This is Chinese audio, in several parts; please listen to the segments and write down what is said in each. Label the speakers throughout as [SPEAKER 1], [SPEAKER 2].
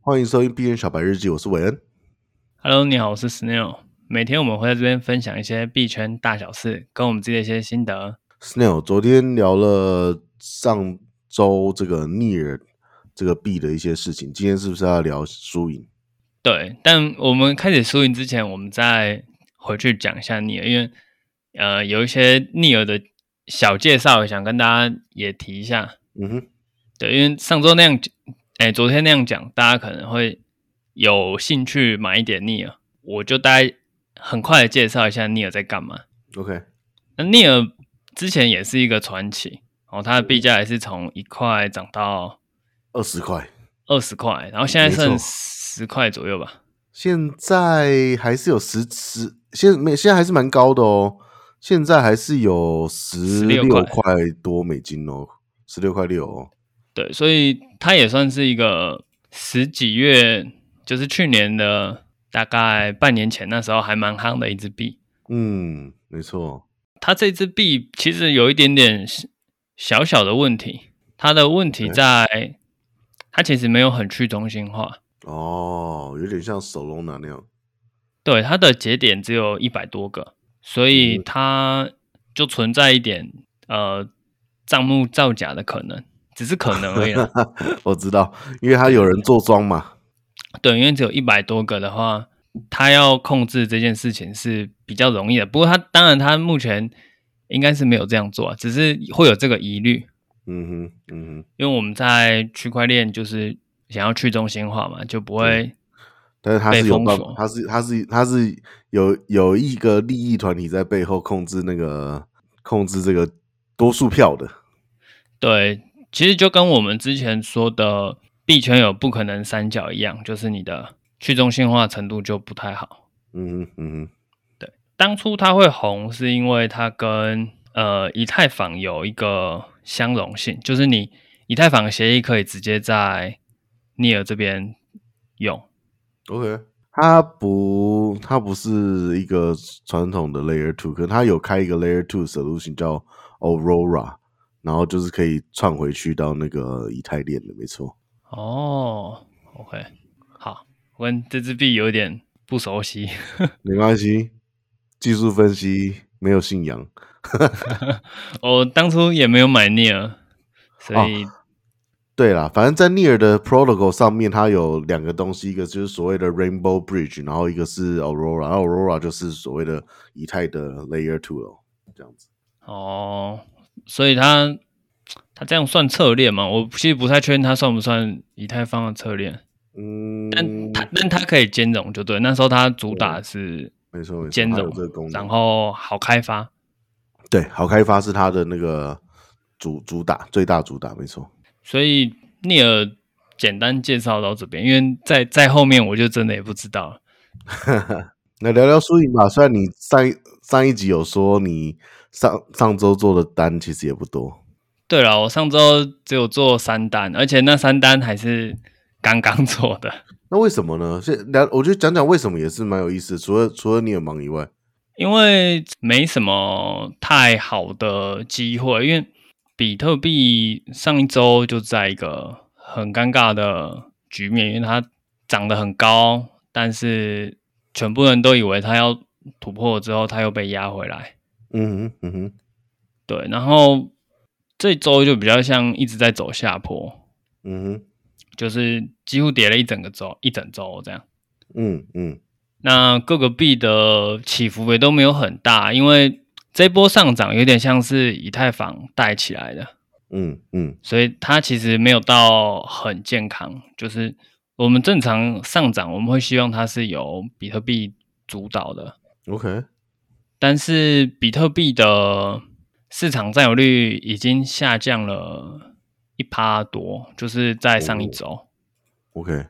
[SPEAKER 1] 欢迎收听《B N 小白日记》，我是韦恩。
[SPEAKER 2] Hello，你好，我是 Snail。每天我们会在这边分享一些币圈大小事，跟我们自己的一些心得。
[SPEAKER 1] Snail，昨天聊了上周这个 Near 这个币的一些事情，今天是不是要聊输赢？
[SPEAKER 2] 对，但我们开始输赢之前，我们再回去讲一下逆尔，因为呃有一些逆尔的小介绍，想跟大家也提一下。
[SPEAKER 1] 嗯哼，
[SPEAKER 2] 对，因为上周那样，哎，昨天那样讲，大家可能会有兴趣买一点逆尔，我就大概很快的介绍一下逆尔在干嘛。
[SPEAKER 1] OK，
[SPEAKER 2] 那逆尔之前也是一个传奇，哦，它的
[SPEAKER 1] 嗯
[SPEAKER 2] 币价也是从一块涨到
[SPEAKER 1] 二十块，
[SPEAKER 2] 二十块，然后现在
[SPEAKER 1] 没错
[SPEAKER 2] 剩十块左右吧。
[SPEAKER 1] 现在还是有十十，现没现在还是蛮高的哦，现在还是有十六
[SPEAKER 2] 16
[SPEAKER 1] 块多美金哦，十六块六哦。
[SPEAKER 2] 对，所以它也算是一个十几月，就是去年的大概半年前那时候还蛮夯的一只币。
[SPEAKER 1] 嗯，没错，
[SPEAKER 2] 它这只币其实有一点点小小的问题，它的问题
[SPEAKER 1] OK
[SPEAKER 2] 在它其实没有很去中心化，
[SPEAKER 1] 哦，有点像 Solana 那样。
[SPEAKER 2] 对，它的节点只有一百多个，所以
[SPEAKER 1] 嗯
[SPEAKER 2] 它就存在一点呃账目造假的可能，只是可能而已啦。
[SPEAKER 1] 我知道，因为他有人做庄嘛。
[SPEAKER 2] 对，因为只有一百多个的话，他要控制这件事情是比较容易的。不过他当然他目前应该是没有这样做啊，只是会有这个疑虑，
[SPEAKER 1] 嗯哼，嗯哼。
[SPEAKER 2] 因为我们在区块链就是想要去中心化嘛，就不会
[SPEAKER 1] 但是他
[SPEAKER 2] 被
[SPEAKER 1] 是有
[SPEAKER 2] 封
[SPEAKER 1] 办法
[SPEAKER 2] 锁，
[SPEAKER 1] 他是他是他是有有一个利益团体在背后控制那个控制这个多数票的。
[SPEAKER 2] 对。其实就跟我们之前说的币圈有不可能三角一样，就是你的去中心化程度就不太好。
[SPEAKER 1] 嗯哼，嗯哼，
[SPEAKER 2] 当初它会红，是因为它跟呃以太坊有一个相容性，就是你以太坊协议可以直接在 Near 这边用。
[SPEAKER 1] ，OK。他不，他不是一个传统的 Layer Two，可他有开一个 Layer Two solution 叫 Aurora，然后就是可以串回去到那个以太链的，没错。
[SPEAKER 2] 哦，OK，好，我跟这支币有点不熟悉。
[SPEAKER 1] 没关系，技术分析没有信仰。
[SPEAKER 2] 我当初也没有买 Near，所以、
[SPEAKER 1] 对啦，反正在 Near 的 Protocol 上面，它有两个东西，一个就是所谓的 Rainbow Bridge，然后一个是 Aurora，然后 Aurora 就是所谓的以太的 Layer Two 咯，这样子。
[SPEAKER 2] 哦，所以它它这样算策略吗？我其实不太确定它算不算以太坊的策略。
[SPEAKER 1] 嗯，
[SPEAKER 2] 但它但它可以兼容，就对。那时候它主打是
[SPEAKER 1] 没错没错，
[SPEAKER 2] 兼
[SPEAKER 1] 它有
[SPEAKER 2] 容
[SPEAKER 1] 这个功能，
[SPEAKER 2] 然后好开发。
[SPEAKER 1] 对好开发是它的那个主主打最大主打，没错。
[SPEAKER 2] 所以聂耳简单介绍到这边，因为在在后面我就真的也不知道了。
[SPEAKER 1] 那聊聊输赢吧，虽然你上一上一集有说你上上周做的单其实也不多，
[SPEAKER 2] 对了，我上周只有做三单，而且那三单还是刚刚做的，
[SPEAKER 1] 那为什么呢？是聊，我觉得讲讲为什么也是蛮有意思。除了除了你很忙以外，
[SPEAKER 2] 因为没什么太好的机会，因为比特币上一周就在一个很尴尬的局面，因为它涨得很高，但是全部人都以为它要突破之后，它又被压回来。
[SPEAKER 1] 嗯哼嗯哼。
[SPEAKER 2] 对，然后这周就比较像一直在走下坡，
[SPEAKER 1] 嗯
[SPEAKER 2] 就是几乎跌了一整个周，一整周这样。
[SPEAKER 1] 哼，嗯嗯
[SPEAKER 2] 那各个币的起伏也都没有很大，因为这波上涨有点像是以太坊带起来的，
[SPEAKER 1] 嗯嗯
[SPEAKER 2] 所以它其实没有到很健康。就是我们正常上涨，我们会希望它是由比特币主导的，
[SPEAKER 1] ，OK，
[SPEAKER 2] 但是比特币的市场占有率已经下降了一趴多，就是在上一周，
[SPEAKER 1] OK，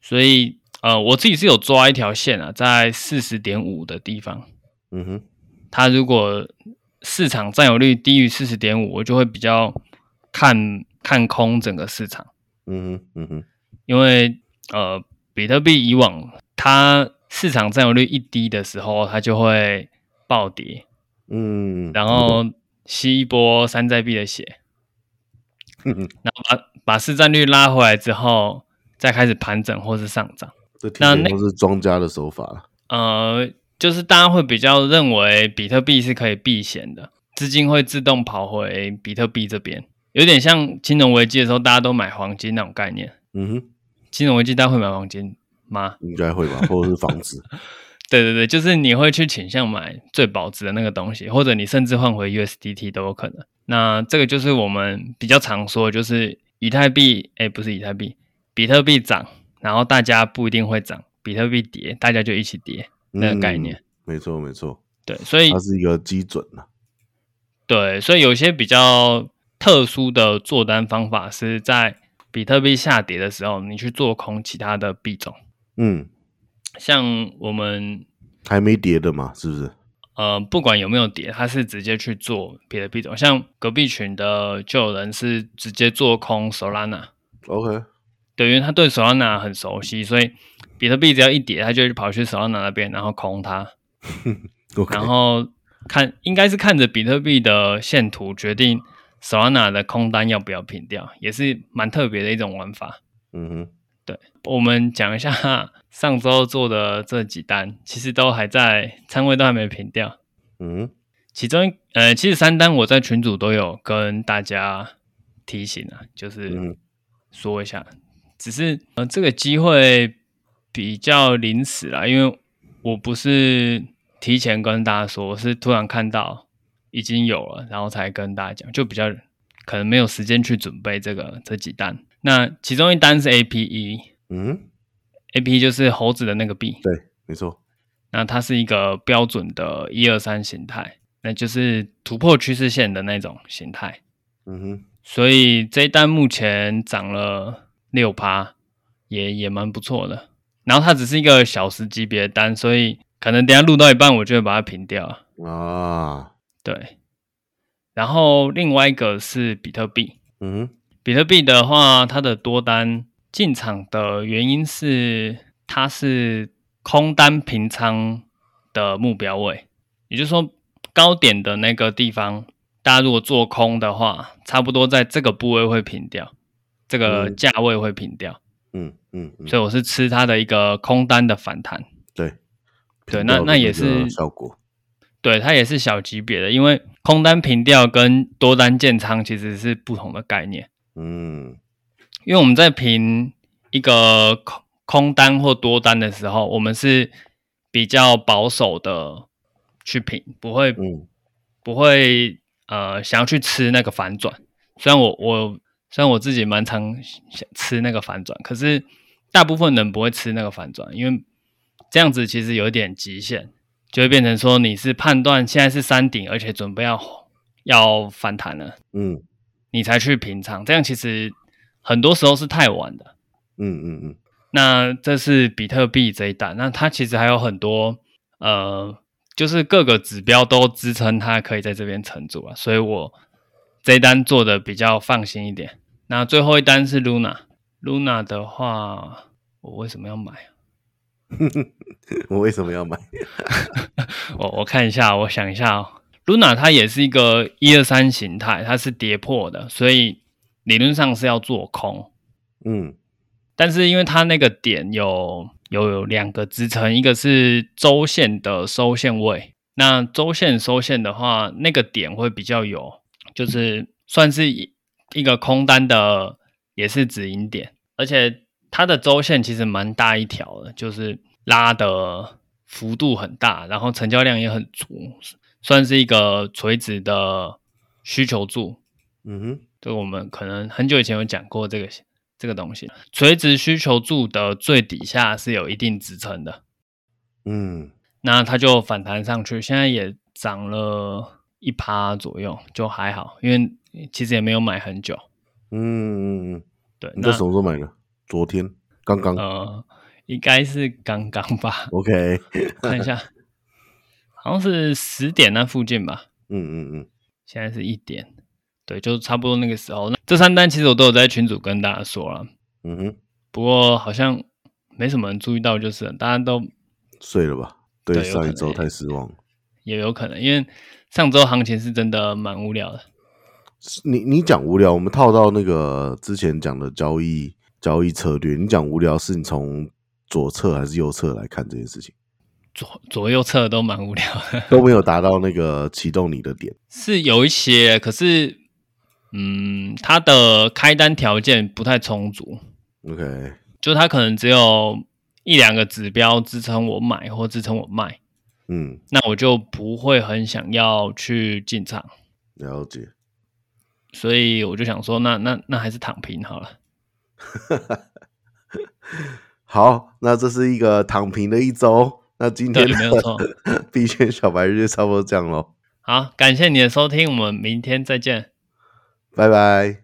[SPEAKER 2] 所以呃，我自己是有抓一条线啊，在四十点五的地方，
[SPEAKER 1] 嗯哼，
[SPEAKER 2] 它如果市场占有率低于四十点五，我就会比较看看空整个市场，
[SPEAKER 1] 嗯哼，嗯哼，
[SPEAKER 2] 因为呃，比特币以往它市场占有率一低的时候，它就会暴跌，
[SPEAKER 1] 嗯，
[SPEAKER 2] 然后吸一波山寨币的血，
[SPEAKER 1] 嗯
[SPEAKER 2] 然后把把市占率拉回来之后，再开始盘整或是上涨。
[SPEAKER 1] 这听
[SPEAKER 2] 那
[SPEAKER 1] 起来
[SPEAKER 2] 那
[SPEAKER 1] 都是庄家的手法了。
[SPEAKER 2] 呃，就是大家会比较认为比特币是可以避险的，资金会自动跑回比特币这边，有点像金融危机的时候大家都买黄金那种概念。
[SPEAKER 1] 嗯哼，
[SPEAKER 2] 金融危机大家会买黄金吗？
[SPEAKER 1] 应该会吧，或者是房子。
[SPEAKER 2] 对对对，就是你会去倾向买最保值的那个东西，或者你甚至换回 USDT 都有可能。那这个就是我们比较常说，就是以太币，哎，不是以太币，比特币涨，然后大家不一定会涨；比特币跌，大家就一起跌那个概念。
[SPEAKER 1] 嗯没错没错，
[SPEAKER 2] 对，所以
[SPEAKER 1] 它是一个基准呐。
[SPEAKER 2] 对，所以有些比较特殊的做单方法是在比特币下跌的时候，你去做空其他的币种，
[SPEAKER 1] 嗯，
[SPEAKER 2] 像我们
[SPEAKER 1] 还没跌的嘛，是不是？
[SPEAKER 2] 呃，不管有没有跌，它是直接去做别的币种，像隔壁群的就有人是直接做空 Solana，
[SPEAKER 1] OK，
[SPEAKER 2] 对，因为他对 Solana 很熟悉，所以比特币只要一跌，他就会跑去 Solana 那边，然后空它，
[SPEAKER 1] OK，
[SPEAKER 2] 然后看应该是看着比特币的线图决定 Solana 的空单要不要平掉，也是蛮特别的一种玩法。
[SPEAKER 1] 嗯哼，
[SPEAKER 2] 我们讲一下上周做的这几单，其实都还在仓位都还没平掉。
[SPEAKER 1] 嗯哼，
[SPEAKER 2] 其中一呃，其实三单我在群组都有跟大家提醒啊，就是
[SPEAKER 1] 嗯
[SPEAKER 2] 说一下，只是呃这个机会比较临时啦，因为我不是提前跟大家说，我是突然看到已经有了，然后才跟大家讲，就比较可能没有时间去准备这个这几单。那其中一单是 E，APE，APE
[SPEAKER 1] 嗯哼，
[SPEAKER 2] E 就是猴子的那个币，
[SPEAKER 1] 没错。
[SPEAKER 2] 那它是一个标准的一二三形态，那就是突破趋势线的那种形态。
[SPEAKER 1] 嗯哼，
[SPEAKER 2] 所以这一单目前涨了六趴，也也蛮不错的。然后它只是一个小时级别的单，所以可能等一下录到一半我就会把它平掉了。
[SPEAKER 1] 啊，
[SPEAKER 2] 对，然后另外一个是比特币，
[SPEAKER 1] 嗯哼，
[SPEAKER 2] 比特币的话，它的多单进场的原因是它是空单平仓的目标位，也就是说高点的那个地方，大家如果做空的话，差不多在这个部位会平掉，这个
[SPEAKER 1] 嗯
[SPEAKER 2] 价位会平掉，
[SPEAKER 1] 嗯嗯嗯，
[SPEAKER 2] 所以我是吃它的一个空单的反弹。
[SPEAKER 1] 对，
[SPEAKER 2] 对
[SPEAKER 1] 频
[SPEAKER 2] 那
[SPEAKER 1] 道的
[SPEAKER 2] 那也
[SPEAKER 1] 这个
[SPEAKER 2] 是
[SPEAKER 1] 效果。
[SPEAKER 2] 对，它也是小级别的，因为空单平掉跟多单建仓其实是不同的概念。
[SPEAKER 1] 嗯
[SPEAKER 2] 因为我们在评一个空空单或多单的时候，我们是比较保守的去评，不会、
[SPEAKER 1] 嗯
[SPEAKER 2] 不会呃想要去吃那个反转。虽然我我虽然我自己蛮常想吃那个反转，可是大部分人不会吃那个反转，因为这样子其实有点极限，就会变成说你是判断现在是山顶，而且准备要要反弹了，
[SPEAKER 1] 嗯
[SPEAKER 2] 你才去平仓，这样其实很多时候是太晚的。
[SPEAKER 1] 嗯嗯 嗯，
[SPEAKER 2] 那这是比特币这一单，那它其实还有很多呃，就是各个指标都支撑它可以在这边撑住啊，所以我这一单做的比较放心一点。那最后一单是 Luna，Luna 的话，我为什么要买啊？
[SPEAKER 1] 我为什么要买？
[SPEAKER 2] 我我看一下，我想一下哦。Luna 它也是一个一二三形态，它是跌破的，所以理论上是要做空。
[SPEAKER 1] 嗯
[SPEAKER 2] 但是因为它那个点有有有两个支撑，一个是周线的收线位，那周线收线的话，那个点会比较有，就是算是一一个空单的，也是止盈点，而且它的周线其实蛮大一条的，就是拉的幅度很大，然后成交量也很足，算是一个垂直的需求柱，
[SPEAKER 1] 嗯哼，
[SPEAKER 2] 这个我们可能很久以前有讲过这个这个东西。垂直需求柱的最底下是有一定支撑的，
[SPEAKER 1] 嗯
[SPEAKER 2] 那它就反弹上去，现在也涨了一趴左右，就还好，因为其实也没有买很久。
[SPEAKER 1] 嗯嗯嗯，
[SPEAKER 2] 对，
[SPEAKER 1] 你
[SPEAKER 2] 那
[SPEAKER 1] 在什么时候买的？昨天，刚刚。，
[SPEAKER 2] 呃，应该是刚刚吧
[SPEAKER 1] OK，
[SPEAKER 2] 看一下，好像是十点那附近吧，
[SPEAKER 1] 嗯嗯嗯，
[SPEAKER 2] 现在是一点，对，就差不多那个时候。那这三单其实我都有在群组跟大家说了，
[SPEAKER 1] 嗯哼，
[SPEAKER 2] 不过好像没什么人注意到，就是了大家都
[SPEAKER 1] 睡了吧？
[SPEAKER 2] 对有
[SPEAKER 1] 上一
[SPEAKER 2] 可能
[SPEAKER 1] 周
[SPEAKER 2] 欸
[SPEAKER 1] 太失望了。
[SPEAKER 2] 也有可能，因为上周行情是真的蛮无聊的。
[SPEAKER 1] 你你讲无聊，我们套到那个之前讲的交易交易策略。你讲无聊是你从左侧还是右侧来看这件事 情，
[SPEAKER 2] 左左右侧都蛮无聊的，
[SPEAKER 1] 都没有达到那个启动你的点。
[SPEAKER 2] 是有一些，可是嗯，它的开单条件不太充足，
[SPEAKER 1] OK，
[SPEAKER 2] 就它可能只有一两个指标支撑我买或支撑我卖，
[SPEAKER 1] 嗯，
[SPEAKER 2] 那我就不会很想要去进场，
[SPEAKER 1] 了解。
[SPEAKER 2] 所以我就想说，那那那还是躺平好了。
[SPEAKER 1] 好，那这是一个躺平的一周。那今 天
[SPEAKER 2] 对没有错
[SPEAKER 1] 的 B 圈小白日就差不多这样喽，
[SPEAKER 2] 好，感谢你的收听，我们明天再见。
[SPEAKER 1] 拜拜。